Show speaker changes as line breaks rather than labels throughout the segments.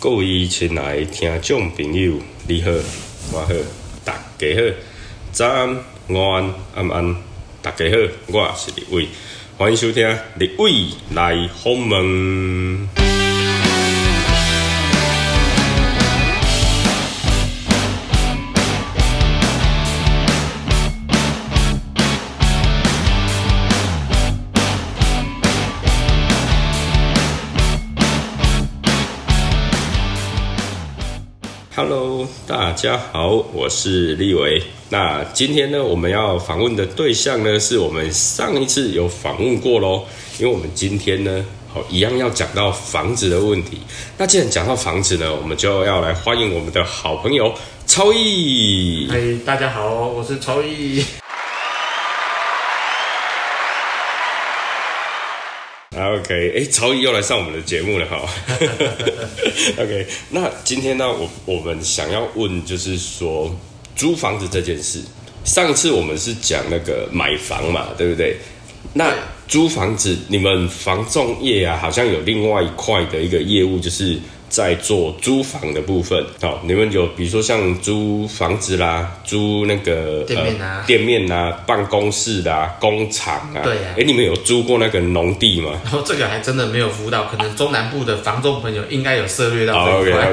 各位亲爱的听众朋友，你好，我好，大家好，早安、午安、晚安，大家好，我是李伟，欢迎收听李伟来访问。Hello，大家好，我是立维。那今天呢，我们要访问的对象呢，是我们上一次有访问过喽。因为我们今天呢，好一样要讲到房子的问题。那既然讲到房子呢，我们就要来欢迎我们的好朋友超毅。
嗨，大家好，我是超毅。
OK，哎、曹毅又来上我们的节目了哈。OK，那今天呢，我我们想要问就是说租房子这件事。上次我们是讲那个买房嘛，对不对？那租房子，你们房仲业啊，好像有另外一块的一个业务，就是在做租房的部分。好、你们有比如说像租房子啦，租那个
店面啊
店面啊，办公室啦、工厂啊。
对啊
哎、你们有租过那个农地吗？
然后哦这个还真的没有服务到，可能中南部的房仲朋友应该有涉猎到
好
这一
哦，OK
块。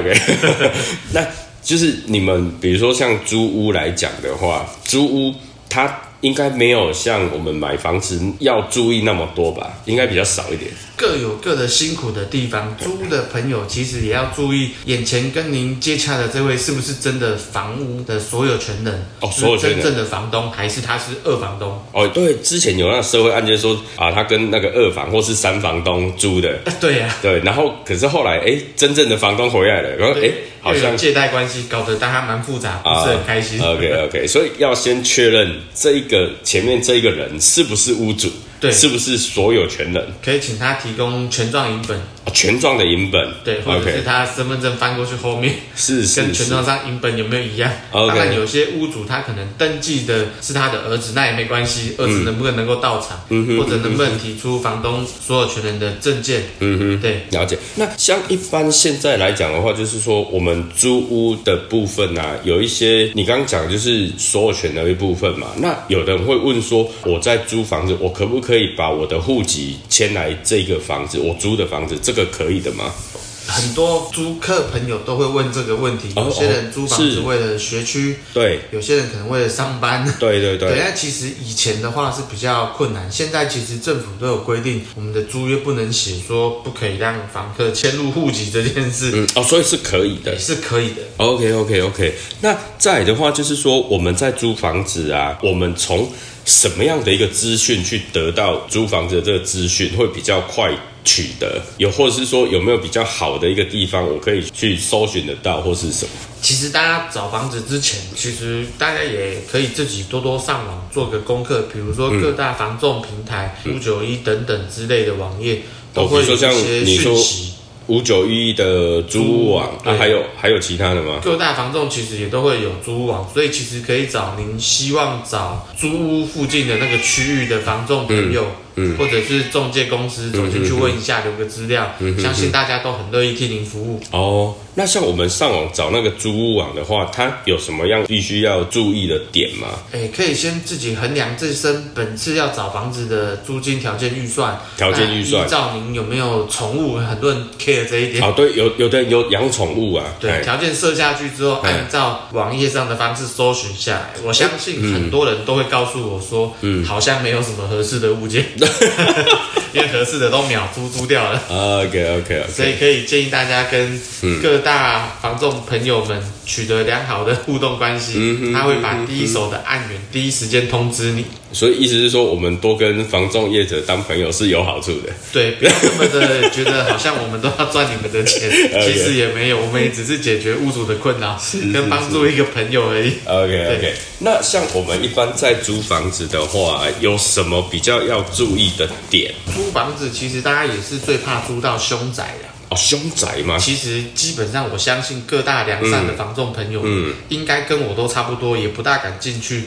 OK，那 就是你们比如说像租屋来讲的话，租屋它应该没有像我们买房子要注意那么多吧，应该比较少一点。
各有各的辛苦的地方，租的朋友其实也要注意，眼前跟您接洽的这位是不是真的房屋的所有权人？
哦所有权人
是真正的房东还是他是二房东？
哦，对，之前有那个社会案件说啊，他跟那个二房或是三房东租的，
啊对呀、
对，然后可是后来哎，真正的房东回来了，然后哎，好
又
像啊
有借贷关系，搞得大家蛮复杂，不是很开心。
OK OK，所以要先确认这一个前面这一个人是不是屋主，
对
是不是所有权人，
可以请他提供权状影本，
啊权状的银本，
对，或者
OK
是他身份证翻过去后面。
是是
跟
是
权状上银本有没有一样？
OK
当然，有些屋主他可能登记的是他的儿子，那也没关系，儿
嗯
子能不能能够到场，或者能不能提出房东所有权人的证件？嗯哼，对，
了解。那像一般现在来讲的话，就是说我们租屋的部分啊，有一些你刚刚讲的就是所有权的一部分嘛。那有的人会问说，我在租房子，我可不可以把我的户籍迁来这个房子，我租的房子，这个可以的吗？
很多租客朋友都会问这个问题，
哦
有些人租房子
是
为了学区，
对，
有些人可能为了上班。
对对 对。
对，那其实以前的话是比较困难，现在其实政府都有规定，我们的租约不能写说不可以让房客迁入户籍这件事，
嗯，哦，所以是可以的
也。是可以的。
OK OK OK，那再来的话就是说，我们在租房子啊，我们从什么样的一个资讯去得到租房子的这个资讯会比较快取得？有或者是说有没有比较好的一个地方，我可以去搜寻得到，或是什么？
其实大家找房子之前，其实大家也可以自己多多上网做个功课，比如说各大房仲平台、五九一等等之类的网页，
嗯哦
都会有一
比如说
些
像
讯
你
息。
五九一的租屋网，那、
对
还有还有其他的吗？
各大房仲其实也都会有租屋网，所以其实可以找您希望找租屋附近的那个区域的房仲朋友，
嗯
或者是中介公司走进去问一下，留个资料，
嗯
相信大家都很乐意替您服务。
哦，那像我们上网找那个租屋网的话，它有什么样必须要注意的点吗？
哎，可以先自己衡量自身本次要找房子的租金条件预算，
条件预算
那依照您有没有宠物，很多人 care 这一点。
哦，对，有有的人有养宠物啊，
对，
哎
条件设下去之后，
哎
按照网页上的方式搜寻下来，我相信
嗯
很多人都会告诉我说，好像没有什么合适的 物件，因为合适的都秒租租掉了。
OK OK OK，嗯
所以可以建议大家跟各大房仲朋友们取得良好的互动关系，
嗯
他会把第一手的案源第一时间通知你。
所以意思是说，我们多跟房仲业者当朋友是有好处的。
对，不要这么的觉得好像我们都要赚你们 的钱，其实也没有，我们也只是解决屋主的困扰，跟帮助一个朋友而已。
OK
对
OK，那像我们一般在租房子的话，有什么比较要注意的点？
租房子其实大家也是最怕租到凶宅的。
哦，凶宅 吗？
其实基本上，我相信各大良善的房仲朋友，
嗯
应该跟我都差不多，也不大敢进 去，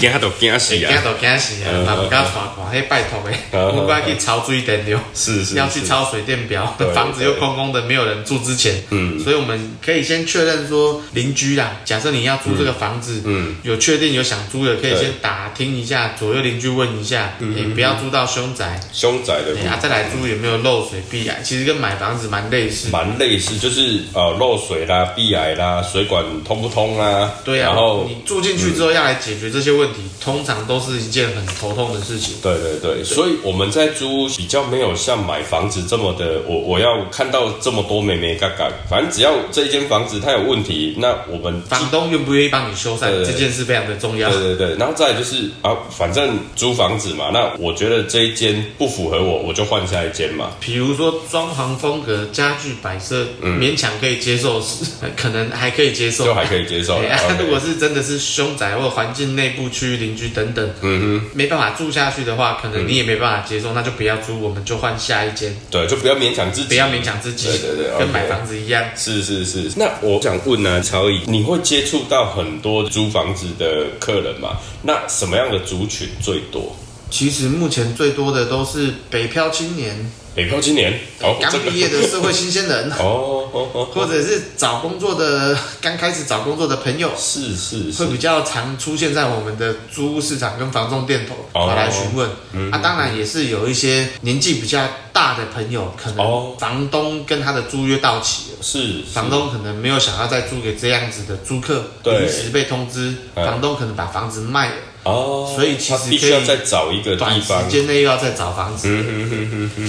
惊都惊死
惊
啊！
都惊死啊！嘛不敢传看，嘿拜托诶，
嗯
我赶去抄水电流，
是是
要去抄水电表
对，
房子又空空的，没有人住之前，嗯，所以我们可以先确认说邻居啦，假设你要租这个房子，嗯，有确定有想租的，可以
对嗯
先打听一下左右邻居问一下，也不要租到凶宅，
凶宅的部
哎啊再来租有没有漏水壁癌，其实跟买房子蛮类似的。
蛮类似，就是呃漏水啦、壁癌啦、水管通不通啊，
对啊，
然后嗯
你住进去之后要来解决这些问题，通常都是一件很头痛的事情。
对对对，所以我们在租比较没有像买房子这么的，我我要看到这么多美眉嘎嘎，反正只要这一间房子它有问题，那我们
房东愿不愿意帮你修缮
对对
这件事非常的重要。
对对对，然后再来就是啊，反正租房子嘛，那我觉得这一间不符合我，我就换下一间 嘛。
比如说装潢风格、家具摆设，勉强可以接受， 可能还可以接受，
嗯就还可哦以接受
对啊
OK
如果是真的是凶宅或环境内部区域邻居等等，嗯哼，没办法住下去的话，可能你也没办法接
嗯
受，那就不要租，我们就换下一间，
对，就不要勉强自己，
不要勉强自己，
嗯对对哦对
跟
OK
买房子一样。
是是是，那我想问呢、啊，曹颖，你会接触到很多租房子的客人吗？那什么样的族群最多？
其实目前最多的都是北漂青年、
北漂青年，哦，
刚
这个
毕业，的社会新鲜 人，
哦哦哦，
或者是找工作的刚开始找工作的朋友，
是是是
会，比较常出现在我们的租屋市场跟房仲店头
哦嗯
跑来询问。啊，当然也是有一些年纪比较大的朋友，可
哦
能房东跟他的租约到期了。
是是
房东可能没有想要再租给这样子的租客，
对
临时被通知，
嗯
房东可能把房子卖了，
哦，
所以其实
他必须要再找一个
短
地
时
方，嗯
间内又要再找房子，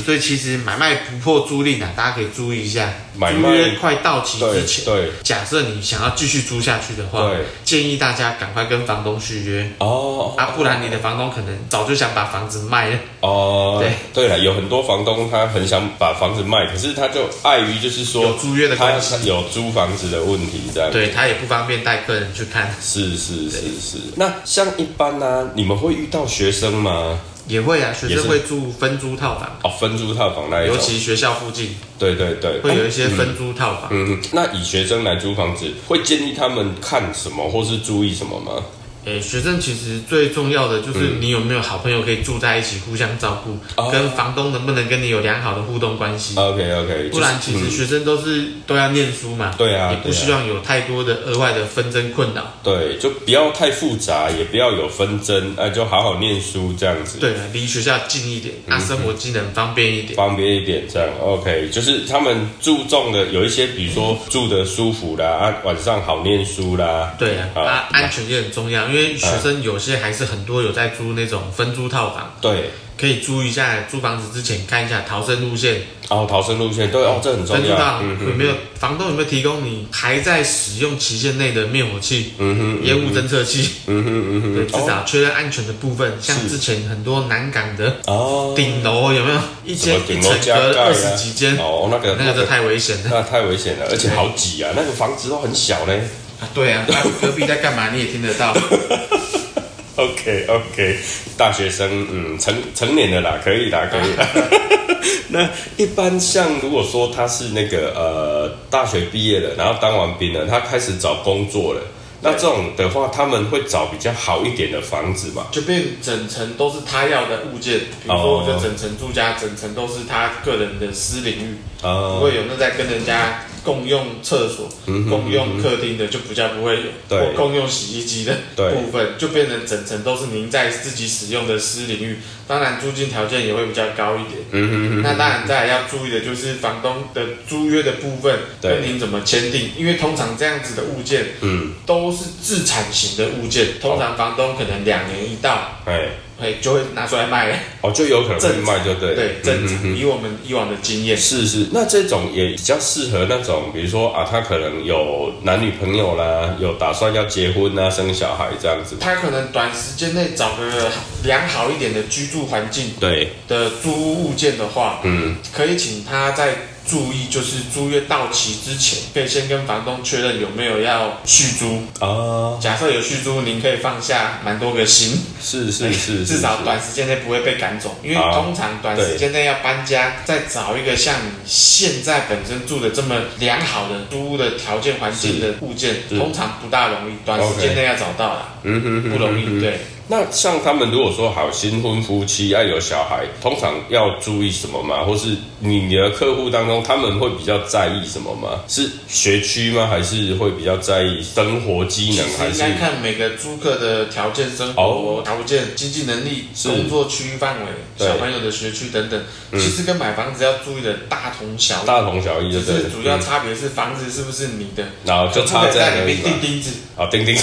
所以其实买卖不破租赁啊，大家可以注意一下，
买卖
租约快到期
对
之前，
对，
假设你想要继续租下去的话
对，
建议大家赶快跟房东续约
哦
啊，不然你的房东可能早就想把房子卖了。
哦，
对
对了，有很多房东他很想把房子卖，可是他就碍于就是说
有租约的
他
关系
有租房子的问题这样，
对他也不方便带客人去看，
是是是是，那像一般呢、啊，你们会遇到学生吗？
也会啊，学
也是
生会住分租套房，
哦，分租套房那一种
尤，其学校附近
对对对，
会有一
哎
些分租套房。
嗯，嗯那以学生来租房子，会建议他们看什么或是注意什么吗？
诶，学生其实最重要的就是你有没有好朋友可以住在一起，互相照顾，
嗯哦
跟房东能不能跟你有良好的互动关系。
OK OK，
不然其实学生都是都要念书嘛，
嗯对啊
也不希望有太多的额外的纷争困扰。
对，就不要太复杂，也不要有纷争，哎、就好好念书这样子，
对，啊离学校近一点，
嗯
啊，生活技能方便一点。
方便一点这样。OK，就是他们注重的有一些，比如说住的舒服啦，啊，晚上好念书啦，
对啊，
好
啊，安全也很重要，因为学生有些还是很多有在租那种分租套房，
对，
可以租一下。租房子之前看一下逃生路线，
然后逃生路线，对哦，这很重
分租
要
套，房有没有房东有没有提供你还在使用期限内的灭火器、烟雾侦测器？
嗯哼嗯哼，
对，至少确认安全的部分，像之前很多南港的
哦，
顶楼有没有一
什
间
么顶
一
楼
层
加
隔
盖
二
啊
十几间？
哦，那个
那个就太危险 了。
那太危险了，而且好挤啊！那个房子都很小嘞。
对啊，啊隔壁在干嘛你也听得到。
OK OK，大学生，嗯，成成年的啦，可以啦，可 以啦。那一般像如果说他是那个呃大学毕业了，然后当完兵了，他开始找工作了，那这种的话，他们会找比较好一点的房子嘛？
就变整层都是他要的物件，比如说
哦
我就整层住家，整层都是他个人的私领域，不
呃
会有那在跟人家共用厕所、共用客厅的，就比较不会有，
嗯对
或共用洗衣机的
对
部分，就变成整层都是您在自己使用的私领域。当然，租金条件也会比较高一点。
嗯
那当然，再来要注意的就是房东的租约的部分，
对
跟您怎么签订，因为通常这样子的物件
嗯，
都是自产型的物件，通常房东可能两年一到，
哎，
哎，就会拿出来卖了。
哦，就有可能会卖，就对。嗯
对，正常。以我们以往的经验，
是是，那这种也比较适合那种，比如说啊，他可能有男女朋友啦，有打算要结婚啊、生小孩这样子。
他可能短时间内找个良好一点的居住环境
对，
的租屋物件的话，
嗯，
可以请他在注意，就是租约到期之前，可以先跟房东确认有没有要续租。
啊，
假设有续租，您可以放下蛮多个心，
是是是，
至
是
少
是
短时间内不会被赶走。因为
好
通常短时间内要搬家，再找一个像你现在本身住的这么良好的租屋的条件环境的物件，通常不大容易，短时间内要找到啦，
嗯哼哼
不容易。对，
那像他们如果说好新婚夫妻要有小孩，通常要注意什么吗？或是你的客户当中，他们会比较在意什么吗？是学区吗？还是会比较在意生活机能？还
应
是
该看每个租客的条件、生
哦
活条件、经济能力、
是
工作区域范围、
对嗯
小朋友的学区等等。其实跟买房子要注意的大同小异，
大同小异，
只
就对
是
了。
主要
嗯
差别是房子是不是你的，
然后就
不
差
可以
这样
在
而
里
已
面
嘛
钉。钉子。
啊，钉 钉。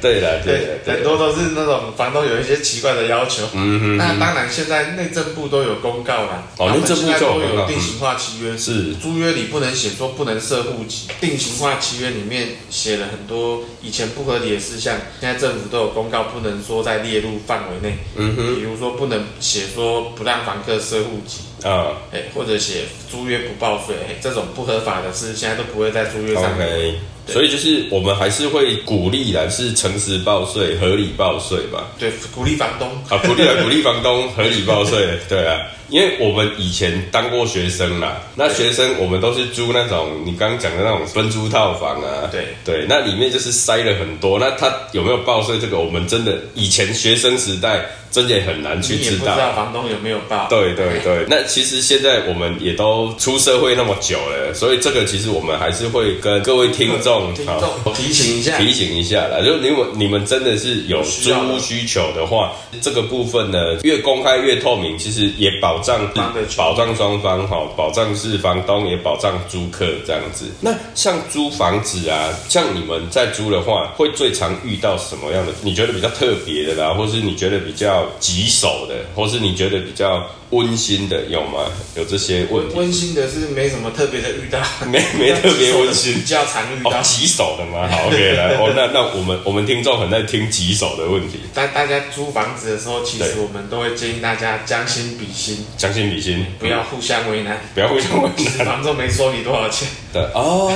对了，对了
对，，
对
很
了，
多都是那种房东有一些奇怪的要求。嗯那当然，现在内政部都有公告啦。
哦
他们
内政部
现在
就有
都
公告
有定型化契约，
是
租约里不能写说不能设户籍，定型化契约里面写了很多以前不合理的事项，现在政府都有公告，不能说在列入范围内。
嗯哼，
比如说不能写说不让房客设户籍，
啊
哎，或者写租约不报税，哎，这种不合法的事现在都不会在租约上面。
，OK。所以就是我们还是会鼓励啦，是诚实报税、合理报税吧。
对，鼓励房东
啊，鼓励啊，鼓励房东合理报税，对啊，因为我们以前当过学生啦，那学生我们都是租那种你刚刚讲的那种分租套房啊，
对
对，那里面就是塞了很多，那他有没有报税这个，我们真的以前学生时代真的也很难去
你也
知
不知
道。
道房东有没有报。
对对对，啊那其实现在我们也都出社会那么久了，所以这个其实我们还是会跟各位听众
听
好
众提醒一下，
提醒一下啦，就如果你们真的是有租屋需求的话，这个部分呢，越公开越透明，其实也保障
方的权益
保障双方哈，保障是房东也保障租客这样子。那像租房子啊，像你们在租的话，会最常遇到什么样的？你觉得比较特别的啦，或是你觉得比较棘手的，或是你觉得比较温馨的，有吗？有这些问题？
温馨的是没什么特别的遇到，
没没特别温馨
比。较常遇
哦，
到。
棘手的吗？好，OK，来，哦，那那我们我们听众很在听棘手的问题，
大大家租房子的时候，其实
对
我们都会建议大家将心比心，
将心比心，
不要互相为难。
不要互相为
其实
难
房东没收你多 少钱，
的哦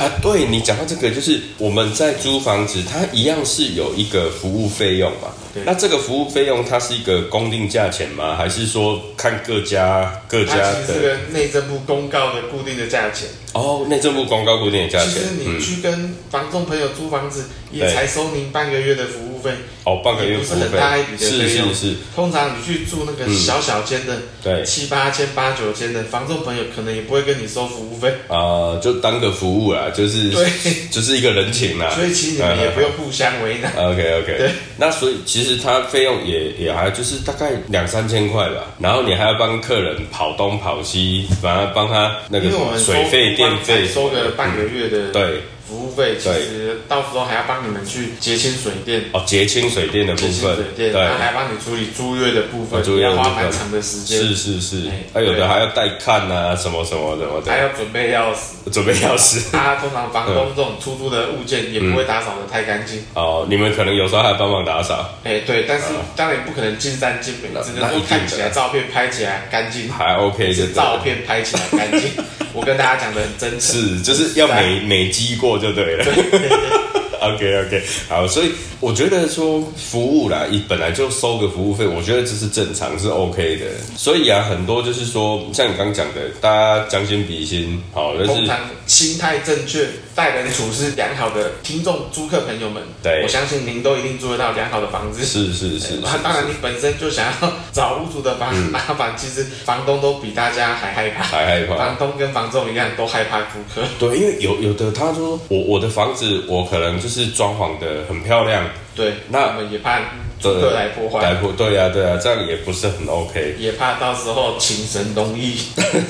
啊！对你讲到这个，就是我们在租房子，它一样是有一个服务费用嘛
对。
那这个服务费用它是一个公定价钱吗？还是说看各家各
它
家
其实是
的？
个内政部公告的固定的价钱。
哦，内政部公告固定的价
其
钱
实，你
嗯，
去跟房东朋友租房子，也
对
才收您半个月的服务费，
哦，半个月
也不是
服务
很大一笔
费，
的
是
费用
是是，
通常你去住那个
嗯
小小间的，
对
七八千、八九千的，房东朋友可能也不会跟你收服务费，
啊，就当个服务啦，就是
对
就是一个人情啦。
所以其实你们也不用互相为 难。
OK OK，
对
那所以其实它费用也也还就是大概两三千块吧，然后你还要帮客人跑东跑西，反而帮他那个
因
什
为我
么
们收
水费电费，
收个半个月的
对
服务费，其实到时候还要帮你们去结清水电、
哦，结清水电的部
结清
分
水，电，
对，
然后还帮你处理租约的部分，
哦租约的
要
部分
花蛮长的时间，
是是是
哎，
还有
对
的还要带看啊，什么什么什么
还
的，
要准备钥匙。
准备钥匙。
他通常房东这种出租的物件也不会打扫的太干净，
哦，你们可能有时候还帮忙打扫，
哎，对，但是当然也不可能尽善尽美，只能
那一
说
定
看起
的
来照片拍起来干净，
还 OK 就是 对
照
了。
片拍起来干 净。我跟大家讲的很真诚，
是，就是要美美肌过就对了。OK OK，好，所以我觉得说服务啦，一本来就收个服务费，我觉得这是正常，是 OK 的。所以啊，很多就是说，像你刚讲的，大家将心比心，好，但
通
是
常心态正确、待人处事良好的听众、租客朋友们，
对
我相信您都一定租得到良好的房子。
是是 是，
那当然，你本身就想要找屋主的房，麻烦其实房东都比大家还害怕，
还害怕。
房东跟房仲一样都害怕租客。
对，因为有有的他说我我的房子我可能就是装潢的很漂亮，
对，
那
我们也怕
对
对来破坏
来破对呀、对呀、这样也不是很 OK，
也怕到时候请神容易。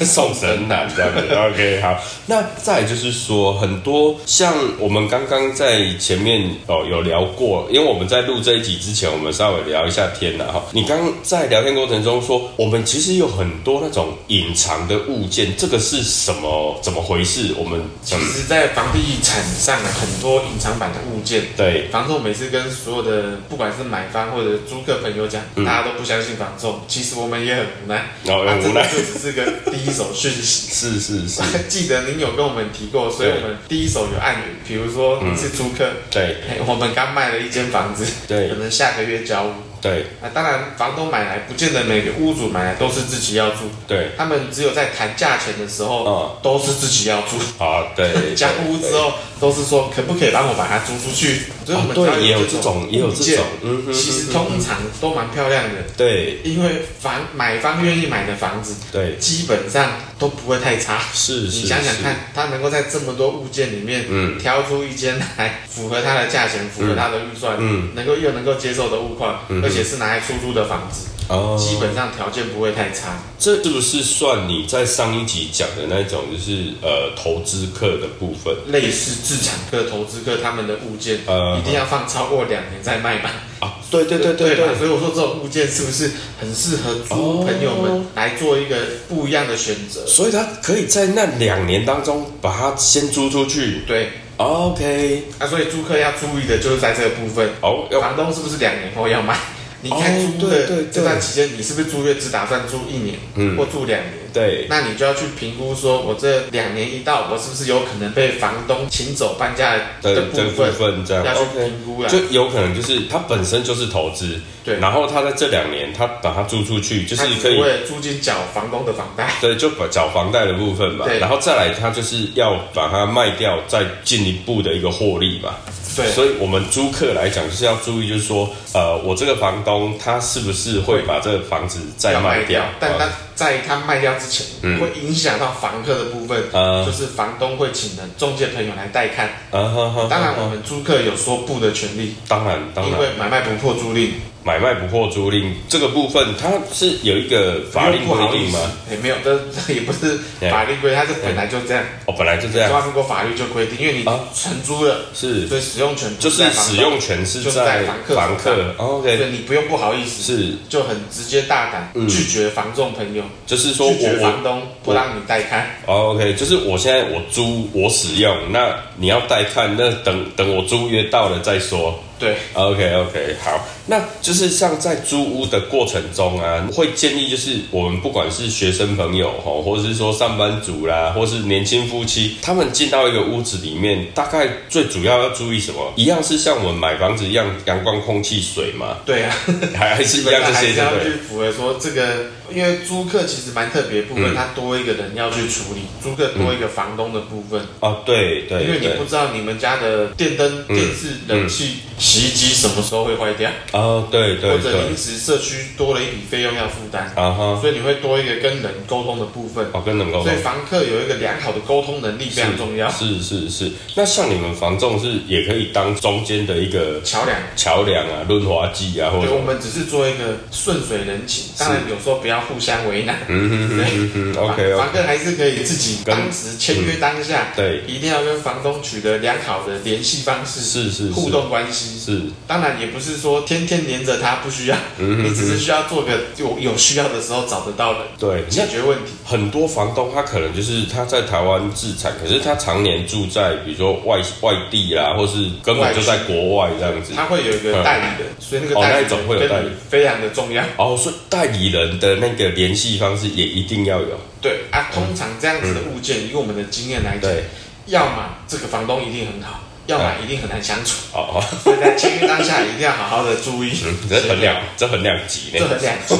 送神难这样子。OK，好， 那再来就是说，很多像我们刚刚在前面哦有聊过，因为我们在录这一集之前，我们稍微聊一下天了哈。你刚刚在聊天过程中说，我们其实有很多那种隐藏的物件，这个是什么？怎么回事？我们
其
怎么
实，在房地产上很多隐藏版的物件，
对
房仲每次跟所有的不管是买方或者租客朋友讲，大家都不相信房仲，其实我们也很无奈，
然后
啊，
无
这
奈
个就只是个第一手讯息。
是是是，
记得您有跟我们提过，所以
对
我们第一手有暗语，比如说是租客，
对
哎我们刚卖了一间房子，
嗯对
可能下个月交屋。
对
啊，当然，房东买来不见得每个屋主买来都是自己要住，
对，
他们只有在谈价钱的时候，
嗯
都是自己要住。
好对，
交屋之后都是说可不可以帮我把它租出去，所以我
哦
们
对
只要
也有
这
这种也有这种
物件
嗯哼
其实通常都蛮漂亮的，
对
因为房买方愿意买的房子
对
基本上都不会太差。
是是，
你想想
是
看，他能够在这么多物件里面，
嗯
挑出一间来符合他的价钱、符合他的预算，
嗯
能够又能够接受的物况，
嗯哼
而且是拿来出租的房子，
哦，
基本上条件不会太差。
这是不是算你在上一集讲的那种，就是呃投资客的部分？
类似自产客、投资客他们的物件，
呃
一定要放超过两年再卖吧。
啊，对对对对
对
对
嘛，所以我说这种物件是不是很适合租
哦
朋友们来做一个不一样的选择？
所以他可以在那两年当中把它先租出去。
对，
OK，
啊，所以租客要注意的就是在这个部分，
哦，要
房东是不是两年后要卖？你
哦
看租
对对对
的这段期间，你是不是租约只打算租一年，
嗯
或住两年？
对
那你就要去评估，说我这两年一到，我是不是有可能被房东请走搬家的
对
部
这部
分？
分这样
要去
OK，
评估啦。啊
就有可能就是他本身就是投资，
对
然后他在这两年他把它租出去，就是
他只
可以
为了租金缴房东的房贷。
对，就把缴房贷的部分嘛，
对
然后再来，他就是要把它卖掉，再进一步的一个获利嘛。
对
所以我们租客来讲，就是要注意，就是说，呃，我这个房东他是不是会把这个房子再
要
卖
卖
掉
掉？，但他
啊
在他卖掉之前，
嗯
会影响到房客的部分，
啊
就是房东会请人中介朋友来带看。
啊哈哈，
当然，
哈
我们租客有说不的权利，
当然当
因
然，
为买卖不破租赁，
买卖不破租赁这个部分，它是有一个法令规定吗？
也哎没有，这这也不是
对
法律规定，它是本来就这样。
哦，本来就这
中华
样，
民国法律就规定，因为你
啊
承租了，
是
所以使用权不
就是
在房东
使，用权是
就是
在
在
房
房客
客哦
所
，OK，
以你不用不好意思，
是
就很直接大胆
嗯
拒绝房仲朋友，
就是说
拒
我
绝
我
房东不让你带看。
哦 OK，就是我现在我租我使用，那你要带看，那等等我租约到了再说。
对，
OK OK，好，那就是像在租屋的过程中啊，会建议就是我们不管是学生朋友吼，或者是说上班族啦，或是年轻夫妻，他们进到一个屋子里面，大概最主要要注意什么？一样是像我们买房子一样，阳光、空气、水嘛，
对啊。
还还是
基
一
本
样
上
这
啊还
些
是
对
要
不对
去？符合说这个，因为租客其实蛮特别的部
嗯
分，他多一个人要去处理，租客多一个房东的部分，
哦，对对
因为你
对嗯
不，知道你们家的电灯、电视、冷气、洗衣机什么时候会坏掉，
哦，对对
或
对
者，临时社区多了一笔费用要负担，
啊哈，
所以你会多一个跟人沟通的部分，
哦，跟能沟通
所以。房客有一个良好的沟通能力非常重要，
是是是，那像你们房仲是也可以当中间的一个
桥梁。
桥梁啊、润滑剂啊，或者
对，我们只是做一个顺水人情，当然有时候不要互相为难。
嗯哼哼哼哼
房
，OK
房
OK，
客还是可以自己
跟嗯
当时签约当下，
对，
一定要跟房东取得良好的联系方式，
是是
互
是
动关系。
是，
当然也不是说天天黏着他，不需要，
嗯
你只是需要做个有有需要的时候找得到人，
对。那
解决问题。
很多房东他可能就是他在台湾自产，可是他常年住在比如说外外地啦，或是根本就在国外这样子。
他会有一个代理人，所以那个
哦
代
那一
理
种会有
人
代
跟
理
你非常的重要。
哦，所以代理人的那个联系方式也一定要有。
对啊，通常这样子的物件，以我们的经验来讲
嗯对，嗯
要么这个房东一定很好，要么一定很难相处，
哦，哦
所以在签约当下一定要好好的注意。
这嗯很两，这很两极呢
这。很两极，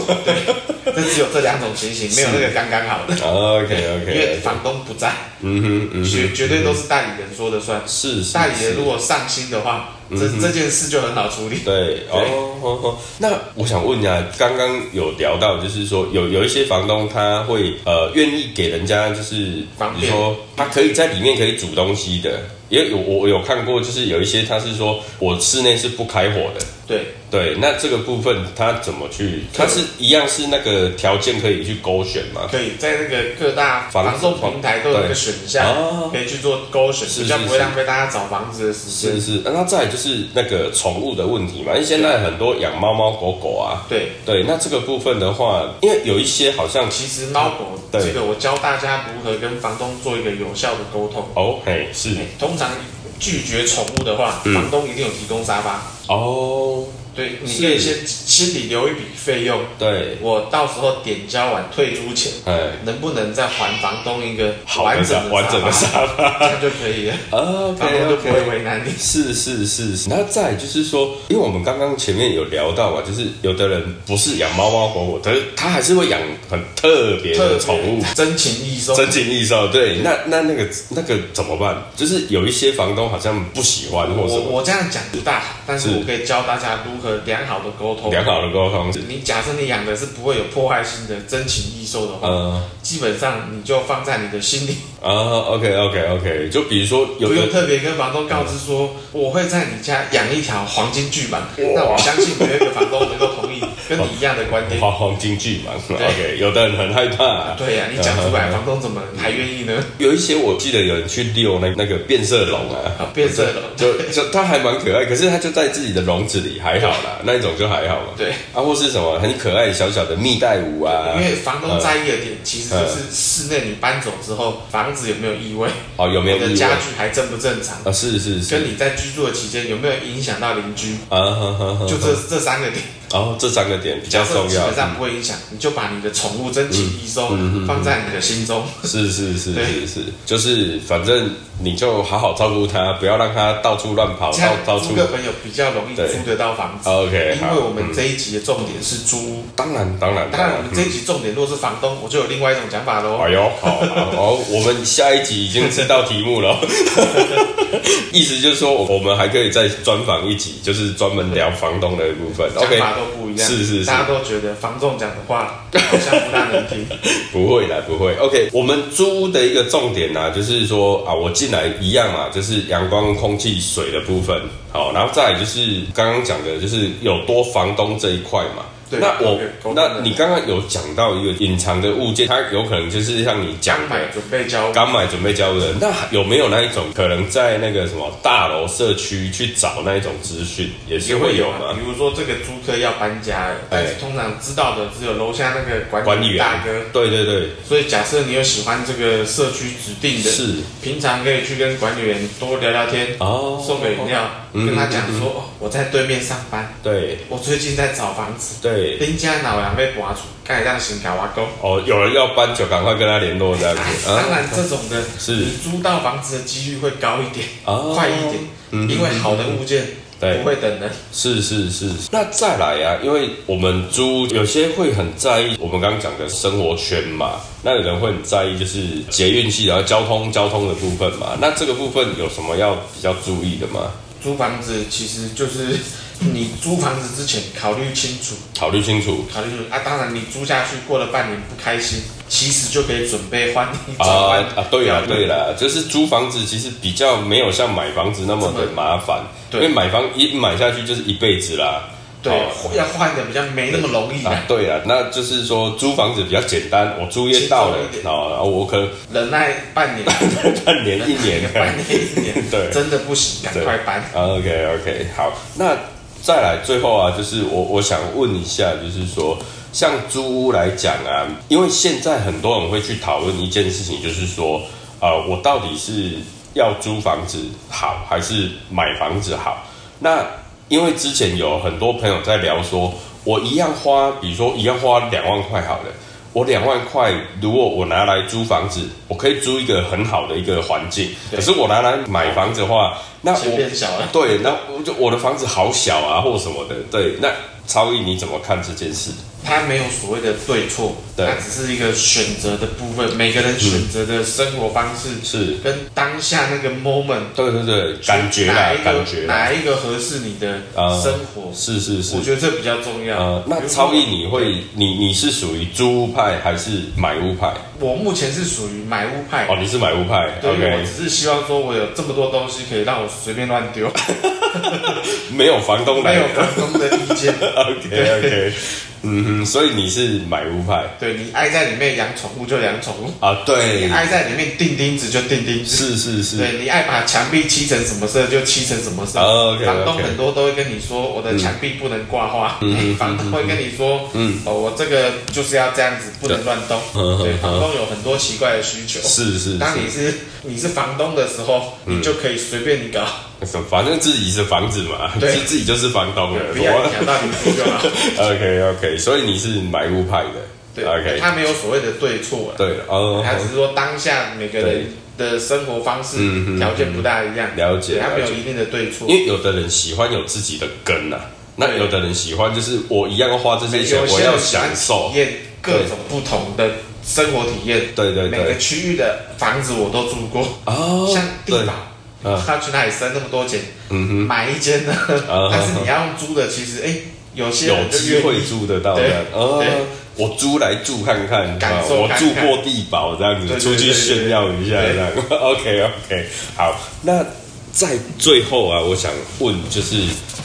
对，这只有这两种情形，没有那个刚刚好的，
OK
因为
OK，
房东不在，
嗯哼嗯哼，
绝绝对都是代理人说的算。
是是
代理
是嗯
人如果上心的话，这这件事就很好处理。
对哦哦哦，那我想问一下，刚刚有聊到，就是说有有一些房东他会呃愿意给人家就是，
方便
比如说他可以在里面可以煮东西的，也有我我有看过，就是有一些他是说我室内是不开火的，
对，
对，那这个部分它怎么去？它是一样是那个条件可以去勾选吗？
可以在那个各大
房
房仲平台都有一
对
个选项
哦，
可以去做勾选，
是
比较
是
不会
是
浪费大家找房子的时
是
间。
是，那它再来就是那个宠物的问题嘛，因为现在很多养猫猫狗狗啊，
对，
对，那这个部分的话，因为有一些好像
其实猫狗
对
这个我教大家如何跟房东做一个有效的沟通。
哦，嘿，是
通常拒绝宠物的话，
嗯
房东一定有提供沙发。
哦，
对，你
是
可以先心里留一笔费用，
对，
我到时候点交完退租前，
哎，
能不能再还房东一个
好
完整
的完整的
沙
沙
发，
发
这样就可以了，房
，OK
东就不会
OK。
为难你。
是是是，是那再来就是说，因为我们刚刚前面有聊到嘛，啊就是有的人不是养猫猫狗狗，但是他还是会养很特别的宠物，
真情易收，
真情易售。对，那那那个那个怎么办？就是有一些房东好像不喜欢或什
我
么，
我这样讲不大好，但是
是
我可以教大家如何良好的沟通。
良好的沟通，
你假设你养的是不会有破坏性的真情易收的话，
呃
基本上你就放在你的心里，
啊，OK OK OK，就比如说有
不用
的
特别跟房东告知说我会在你家养一条黄金巨蟒。那我相信没有一个房东能够同意跟你一样的 观点。
黄黄金巨蟒，OK，有的人很害怕、
对啊呀、你 讲出来，
嗯
房东怎么还愿意呢？
有一些我记得有人去遛那那个变色龙 啊
啊，变色龙
就就它还蛮可爱，可是它就在自己的笼子里，还好 啦，那一种就还好嘛。
对
啊，或是什么很可爱小小的蜜袋鼯啊
因，为房东在意的点其实就是室内你搬走之后，房子有没有异味，
哦， 有没有
你的
意
家
外？
具还正不正 常，
啊，是是是，
跟你在居住的期间有没有影响到邻居，
啊哈哈哈，
就 这这三个点。
哦，这三个点比较
假设
重
基
要嗯
本，上不会影响，你就把你的宠物真情易收放在你的 心中。
是是是
对
是是，就是反正你就好好照顾它，不要让它到处乱跑，
这
到
样
到
租
处。
客朋友比较容易
对
租得到房子。
OK，
因
好嗯
为我们这一集的重点是租屋，
当然当然
当然我们这一集重点若是房东，我就有另外一种讲法喽
哎。呦，好，好，好我们下一集已经知道题目了， 意思就是说，我们还可以再专访一集，就是专门聊房东的部分。
讲
OK，
法都不一样，
是是是
大家都觉得房仲讲的话好像不大能听。
不会啦，不会。OK，我们租屋的一个重点呢、就是说啊，我进来一样嘛，就是阳光、空气、水的部分。好，然后再来就是刚刚讲的，就是有多房东这一块嘛。
对
那我
沟通的
那你刚刚有讲到一个隐藏的物件，它有可能就是像你讲
刚
的
买准备 交屋，
刚买准备交屋的人，那有没有那一种可能在那个什么大楼社区去找那一种资讯，也是
也
会
会
有
有
吗
啊。？比如说这个租客要搬家了，但是通常知道的只有楼下那个管
管理
理
员
大哥。，
对对对，
所以假设你有喜欢这个社区指定的，
是
平常可以去跟管理员多聊聊天，
哦，
送个饮料，
嗯
跟他讲说、哦，我在对面上班，
对
我最近在找房子，
对，
人家老人被拔出，盖让新卡瓦沟。
哦，有人要搬就赶快跟他联络这样
哎
子
当
啊，
然，这种的
是
你租到房子的几率会高一点，
哦
快一点，
嗯
因为好的物件
对
不会等人。
是是是。那再来啊，因为我们租有些会很在意我们刚刚讲的生活圈嘛，那有人会很在意就是捷运系然后交通交通的部分嘛，那这个部分有什么要比较注意的吗？
租房子其实就是你租房子之前考虑清楚，
考虑清楚。
考虑清楚啊。当然，你租下去过了半年不开心，其实就可以准备换一种
啊
换
啊，对啦
表
对啦，就是租房子其实比较没有像买房子那么的麻烦，因
对
为买房一买下去就是一辈子啦。
对
哦，
要换的比较没那么容易
啊
啊，，
对啦，那就是说租房子比较简单，我租约到了
轻松一，点
哦，然后我可能
忍耐半年，
半年啊一年
忍耐半年一年，
对
真的不行，赶快搬。
啊，OK OK，好，那再来最后啊，就是我我想问一下，就是说像租屋来讲啊，因为现在很多人会去讨论一件事情，就是说，呃，我到底是要租房子好，还是买房子好？那因为之前有很多朋友在聊说，我一样花，比如说一样花两万块好了。我两万块，如果我拿来租房子，我可以租一个很好的一个环境。
对
可是我拿来买房子的话，那
钱
我
变小了，
对，那我就我的房子好小啊，或什么的。对，那超毅你怎么看这件事？
它没有所谓的对错，
对
它只是一个选择的部分，每个人选择的生活方式
是，
跟当下那个 moment
对对对，感觉啦
哪一，个
感觉啦，
哪一个合适你的
呃
生活，
是是是
我。觉得这比较重要。
呃，那
比如说
超毅你会，你你是属于租屋派还是买屋派？
我目前是属于买屋派。
哦，你是买屋派
对，因为我
，OK，
只是希望说，我有这么多东西可以让我随便乱丢，
没有房东
没
来
有房东的意见。
OK OK，嗯哼，所以你是买屋派
对你爱在里面养宠物就养宠 物，
啊？对
你，爱在里面钉钉子就钉钉
是
子，
是是，
对你爱把墙壁漆成什么色就漆成什么色。
嗯哦，OK，OK
房东很多都会跟你说，我的墙壁不能挂画，
嗯
哎房东会跟你说，嗯，哦，我这个就是要这样子，不能乱动。
嗯
对
嗯，
房东有很多奇怪的需求。
是嗯是
当你
是，
是你是房东的时候，你就可以随便你搞，
反正自己是房子嘛，
对
自自己就是房东了。
不要影响到邻居 就好。
OK OK，所以你是买屋派的。
对
OK，
他没有所谓的对错了，
对了哦，
他只是说当下每个人的生活方式
嗯嗯嗯
条件不大一样，
了解
对他没
了
有
解
一定的对错
因。为有的人喜欢有自己的根呐、啊，那
对
有的人喜欢就是我一样要花这些钱，
有
我
些
要
人喜
享
欢
受
体。验各种不同的生活体验，
对对
每个
对，
区域的房子我都住过，
哦，
像地
对
堡。
嗯
他去哪里生那么多钱？
嗯
买一间呢？
啊
但是你要用租的，其实哎，有些
哼，有
人就
机
愿
会
意
住得到
对
的哦
对。
我租来住看看，
感
啊
受
我
看
住
看
过地堡这样子，
对对
出去
对对
炫耀一下
对
这样。OK OK，好，那在最后啊，我想问就是，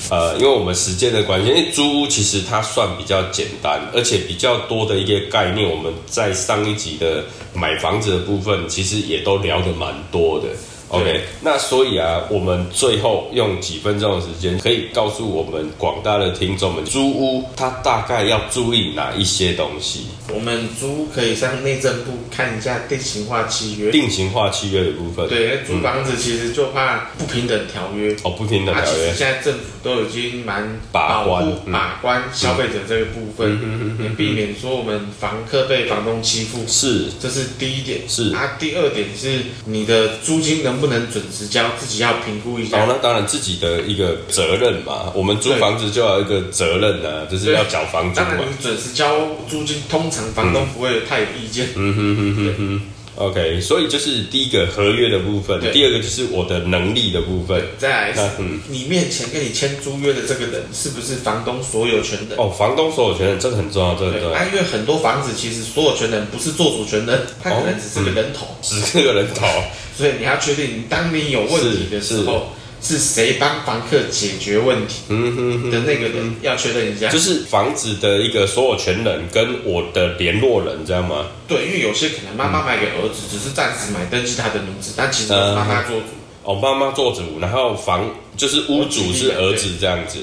呃，因为我们时间的关系，因为租屋其实它算比较简单，而且比较多的一个概念，我们在上一集的买房子的部分，其实也都聊得蛮多的。OK，
对
那所以啊，我们最后用几分钟的时间，可以告诉我们广大的听众们，租屋它大概要注意哪一些东西？
我们租可以上内政部看一下定型化契约。
定型化契约的部分，
对，租房子其实就怕不平等条约。
哦，嗯不平等
啊，
条
其
约
实，现在政府都已经蛮
把
保
关
护、
嗯
把关消费者这个部分，也避免说我们房客被房东欺负。
是
这是第一点，
是
啊。第二点是你的租金能不能准时交，自己要评估一
哦，
下。
那当然自己的一个责任嘛。我们租
对
房子就要有一个责任啊，就是
对
要缴房租
当然，
嘛。
你准时交租金，通常房东不会有太有意见。
嗯哼哼哼哼。OK，所以就是第一个合约的部分，
对
第二个就是我的能力的部分。
再来是
那嗯，
你面前跟你签租约的这个人是不是房东所有权人？
哦，房东所有权人这个很重要，这个很重
对，
要
啊，。因为很多房子其实所有权人不是做主权人，他可
哦
能只是个人头，
只是个 人头，
所以你要确定，当你有问题的时候，是谁帮房客解决问题
嗯哼哼，
的那个人，要确认一下
就。是房子的一个所有权人跟我的联络人，这样吗？
对，因为有些可能妈妈买给儿子，只是暂时买登记他的名字，但其实都是妈妈做主。
哦，妈妈做主，然后房就是屋主是儿子这样子。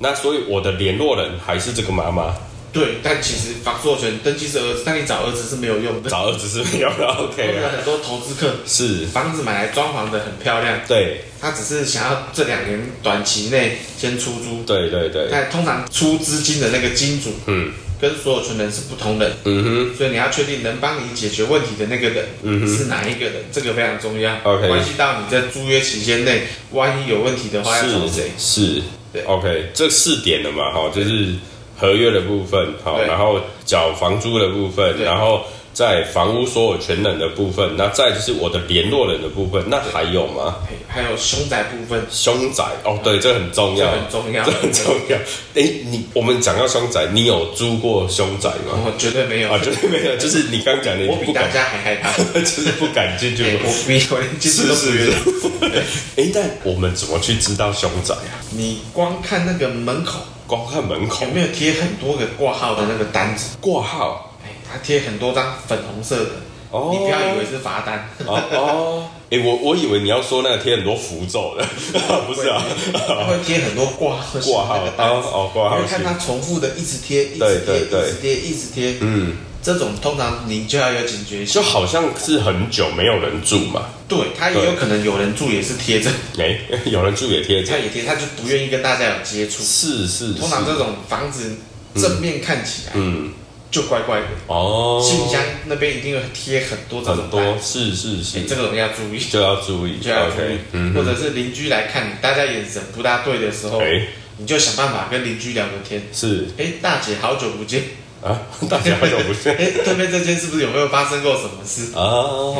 那所以我的联络人还是这个妈妈，
对，但其实房所有权登记是儿子，但你找儿子是没有用的。
找儿子是没有的。
我
OK
有
啊，
很多投资客，
是，
房子买来装潢的很漂亮，
对，
他只是想要这两年短期内先出租。
对对对，
但通常出资金的那个金主
嗯
跟所有权人是不同人，
嗯哼，嗯
所以你要确定能帮你解决问题的那个人、是哪一个人，这个非常重要
OK
关系到你在租约期间内，万一有问题的话要找谁
是？是
对
，OK，这四点了嘛，哈，就是合约的部分，好，
对
然后缴房租的部分，
对
然后在房屋所有权人的部分，那再就是我的联络人的部分，那还有吗？
嘿还有凶宅部分，
凶宅，哦，对，这很重
这
要，
很重要
这。很重要。哎，你我们讲到凶宅，你有租过凶宅吗？
我绝对没有，
啊，就是没有，就是你刚讲的，
我
你
比
不
大
敢，
家还害怕。
就是啊不敢 进去
嘿。我比我连进去
是
都不
是
愿
是
意。。
哎，但我们怎么去知道凶宅啊？
你光看那个门口
光看门口
有没有贴很多个挂号的那个单子，
挂号
哎，它贴很多张粉红色的，
哦，
你不要以为是罚单。
哦哦，哎，我我以为你要说那个贴很多符咒的， 不是啊，
它会贴很多挂号
挂号
那个
哦
单子，
哦， 挂
因
号
为看
信
它重复的一直贴，一
对
直贴，
对
一
对
直贴，一直贴，
嗯，
这种通常你就要有警觉
就
性。
好像是很久没有人住嘛，
对，它也有可能有人住也是贴着，
哎， 有人住也贴
他
着，
也贴，他就不愿意跟大家有接触。
是是
通常这
是，
种房子正面看起来
嗯，
就怪怪的，
哦，
信箱那边一定会贴很多这
很
种单
多，是是是
哎，，这种要注意，
就要注意
就要注
，OK，
意。
嗯
或
哼，
者是邻居来看你，大家眼神不大对的时候，
哎，
你就想办法跟邻居聊个天。
是
哎，大姐，好久不见，
啊， 大家都不 是
哎、对面这间是不是有没有发生过什么事？
啊，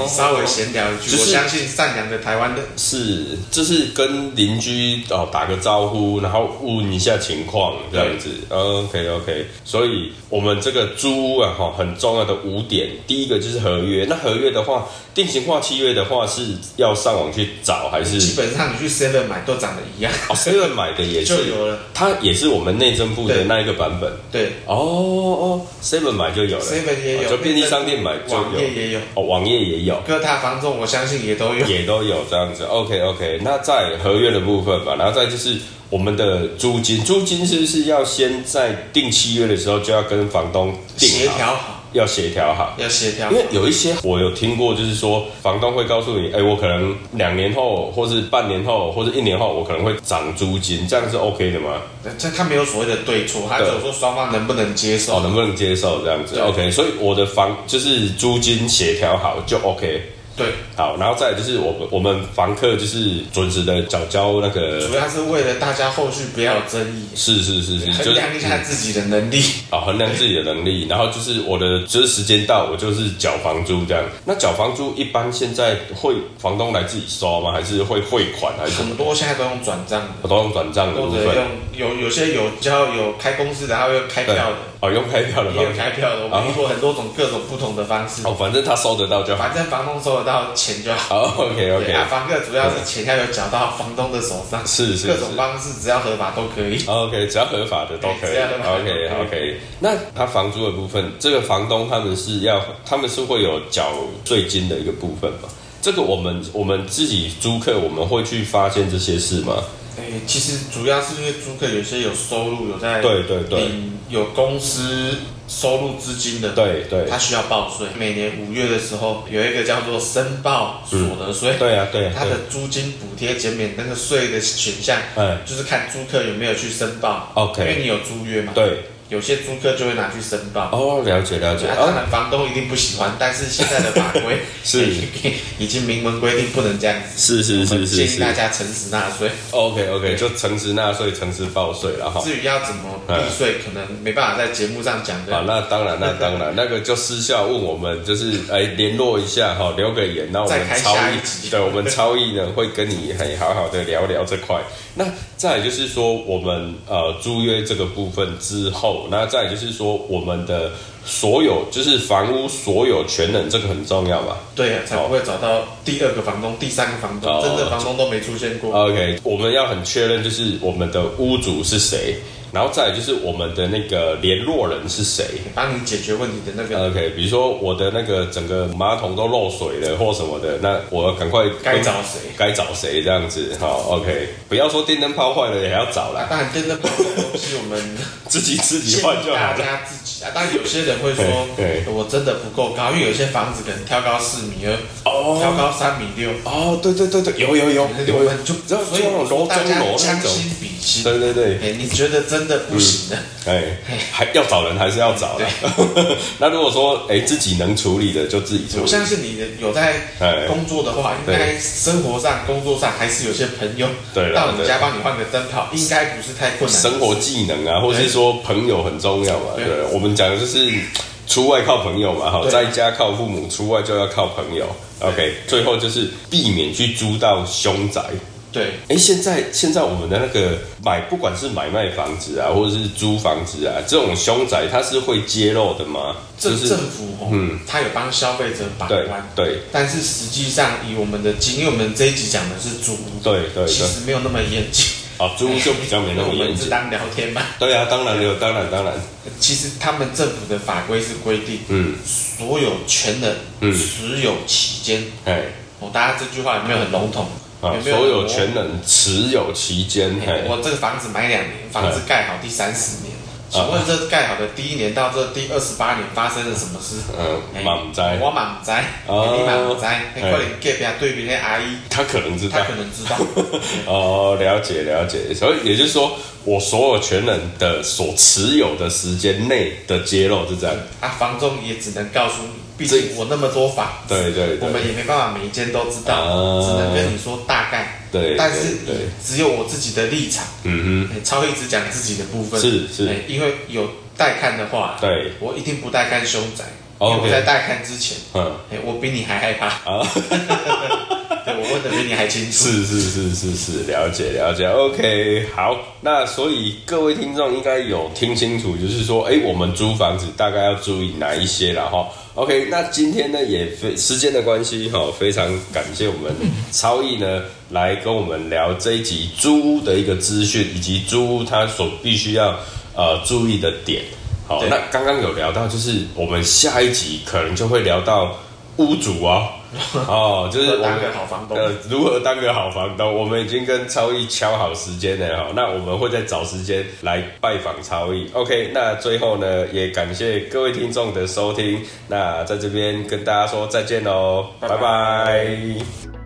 稍微闲聊一句，
就是嗯
我相信善良的台湾的
是，就是跟邻居哦打个招呼，然后问一下情况这样子。OK OK，所以我们这个租屋啊哈，很重要的五点，第一个就是合约。那合约的话，定型化契约的话是要上网去找还
基
是？
本上你去 Seven 买都长得一样，
哦，seven 买的也是
嗯就有了，
它也是我们内政部的
对
那一个版本。
对
哦哦，seven 买就有了
Seven 也有
哦就便利商店买就
网页
有，
也有，
哦，网页也有。
各大房仲我相信也都有。
也都有这样子。OK OK，那在合约的部分吧，然后再就是我们的租金，租金是不是要先在定契约的时候就要跟房东定
协
好，
调好，
要协调好。
要协调
啊因。为有一些我有听过，就是说房东会告诉你，哎、我可能两年后，或是半年后，或是一年后，我可能会涨租金，这样是 OK 的吗？
这他没有所谓的对错，他只
对
有说双方能不能接
哦，
受。
能不能接受这样子
对
？OK，所以我的房就是租金协调好就 OK。
对，
好，然后再来就是我们我们房客就是准时的缴交那个
主要是为了大家后续不要有争议，
是是是是，就
衡
是
量一下自己的能力。
啊，衡量自己的能力，然后就是我的，就是时间到，我就是缴房租这样。那缴房租一般现在会房东来自己收吗？还是会汇款还是什么？
很多现在都用转账的，
我都用转账的部
或者
分
用，有有些有交有开公司的，还会有开
对
票的，，
哦，用开票的
也有
方式，
开票的。我们遇过很多种各种不同的方式，
哦，反正他收得到就好。
反正房东收得到钱就好。
好，OK
对
OK，
啊，房客主要是钱要有缴到房东的手上，
是是
各
是
种方式只要合法都可以。
OK，只要合法的都可以
对只要合。法
OK
都可
OK，那他房租的部分，这个房东他们是要，他们是会有缴税金的一个部分吧？这个我们我们自己租客，我们会去发现这些事吗？
哎、其实主要是因为租客有些有收入，有在
对对对
领有公司收入资金的，
对对
他需要报税。每年五月的时候有一个叫做申报所得税，
对啊对啊，
他的租金补贴减免那个税的选项，
嗯
就是看租客有没有去申报。
OK
因为你有租约嘛，，
对
有些租客就会拿去申报。
哦，了解了解
啊，当
哦，
然房东一定不喜欢，但是现在的法规
是
已经明文规定不能这样子，
是是是是
建议
是
大家诚实纳税。
，OK OK，就诚实纳税，诚实报税了哈。
至于要怎么避税，可能没办法在节目上讲
好，
的。
那当然，那当然，那个就私下问我们，就是哎联络一下哈，留个言，那我
再
们
开
超
下一
译，
集
对我们超译呢会跟你很好好的聊聊这块。那再来就是说，我们呃租约这个部分之后，那再来就是说我们的所有就是房屋所有权人，这个很重要嘛。
对啊，才不会找到第二个房东、第三个房
哦
东，真的房东都没出现过。
OK，我们要很确认就是我们的屋主是谁，然后再来就是我们的那个联络人是谁。
帮你解决问题的那个，
OK，比如说我的那个整个马桶都漏水了或什么的，那我要赶快
该找谁
该找谁这样子。好，OK，不要说电灯泡坏了也要找
啊
啦，
当然真的不是东西，我们
自己自己
建
换
议
就好
大
了。
家自己啊。当然有些人会说
对，对
我真的不够高，因为有些房子可能挑高四米二，挑
哦
高三米六，
哦，对对对对，有有有
我
有有
们就
知道
所以
那种
说
楼
大
中
家
楼那
将
种，
心比心。
对对对。
哎，你觉得真的不行啊的，
哎，还要找人还是要找啦。那如果说哎自己能处理的就自己处
我
理。
相信你的有在
哎
工作的话，应该生活上、工作上还是有些朋友
对啦
到你家帮你换个灯泡，应该不是太困 难。
生活技能啊，或者是说朋友很重要嘛。
对
对，我们讲的就是出外靠朋友嘛，哈，
对
在家靠父母，出外就要靠朋友。OK，最后就是避免去租到凶宅。
对，
哎，现在现在我们的那个买，不管是买卖房子啊，或者是租房子啊，这种凶宅它是会揭露的吗？
这
就是嗯
政府哦，他有帮消费者把
对
关，
对
但是实际上以我们的经，因为我们这一集讲的是租屋，
对对
其
对，
实没有那么严谨，
啊， 租就比较没那么
我
严
们是
谨。
当聊天嘛。
对啊，当然有，当然当然，
其实他们政府的法规是规定，
嗯
所有权人
嗯
持有期间，
哎。
哦，大家这句话有没有很笼统？
啊，
有没有
所有
很模糊
权人持有期间，嘿
我这个房子买两年，房子盖好第三十年，
嗯
请问这盖好的第一年到这第二十八年发生了什么事？
嗯，
哎
满灾，
我满灾，
哦
你满灾，哎
哎
快点隔壁对面那阿姨，
他可能知道
她，可能知道。
哦，了解了解，所以也就是说，我所有权人的所持有的时间内的揭露是这样，
啊，房仲也只能告诉你，毕竟我那么多房子，
对对对
我们也没办法每一间都知道，
啊
只能跟你说大概。
对
但是
对对
只有我自己的立场，
嗯
哎超一只讲自己的部分，
是是
哎因为有带看的话，
对，
我一定不带看凶宅，因
哦
为我
OK
在带看之前，
嗯
哎，我比你还害怕，
啊，
对我问的比你还清楚。
是是是是是，了解了解，OK，好，那所以各位听众应该有听清楚，就是说，哎、我们租房子大概要注意哪一些啦，哈。OK，那今天呢也非时间的关系哈，非常感谢我们超毅呢来跟我们聊这一集租屋的一个资讯，以及租屋它所必须要呃注意的点。好，
对
那刚刚有聊到，就是我们下一集可能就会聊到屋主 啊，哦，就是我
当
们
个好房东
呃，如何当个好房东？我们已经跟超毅敲好时间了哦哈，那我们会再找时间来拜访超毅。OK，那最后呢，也感谢各位听众的收听，那在这边跟大家说再见喽，
拜
拜拜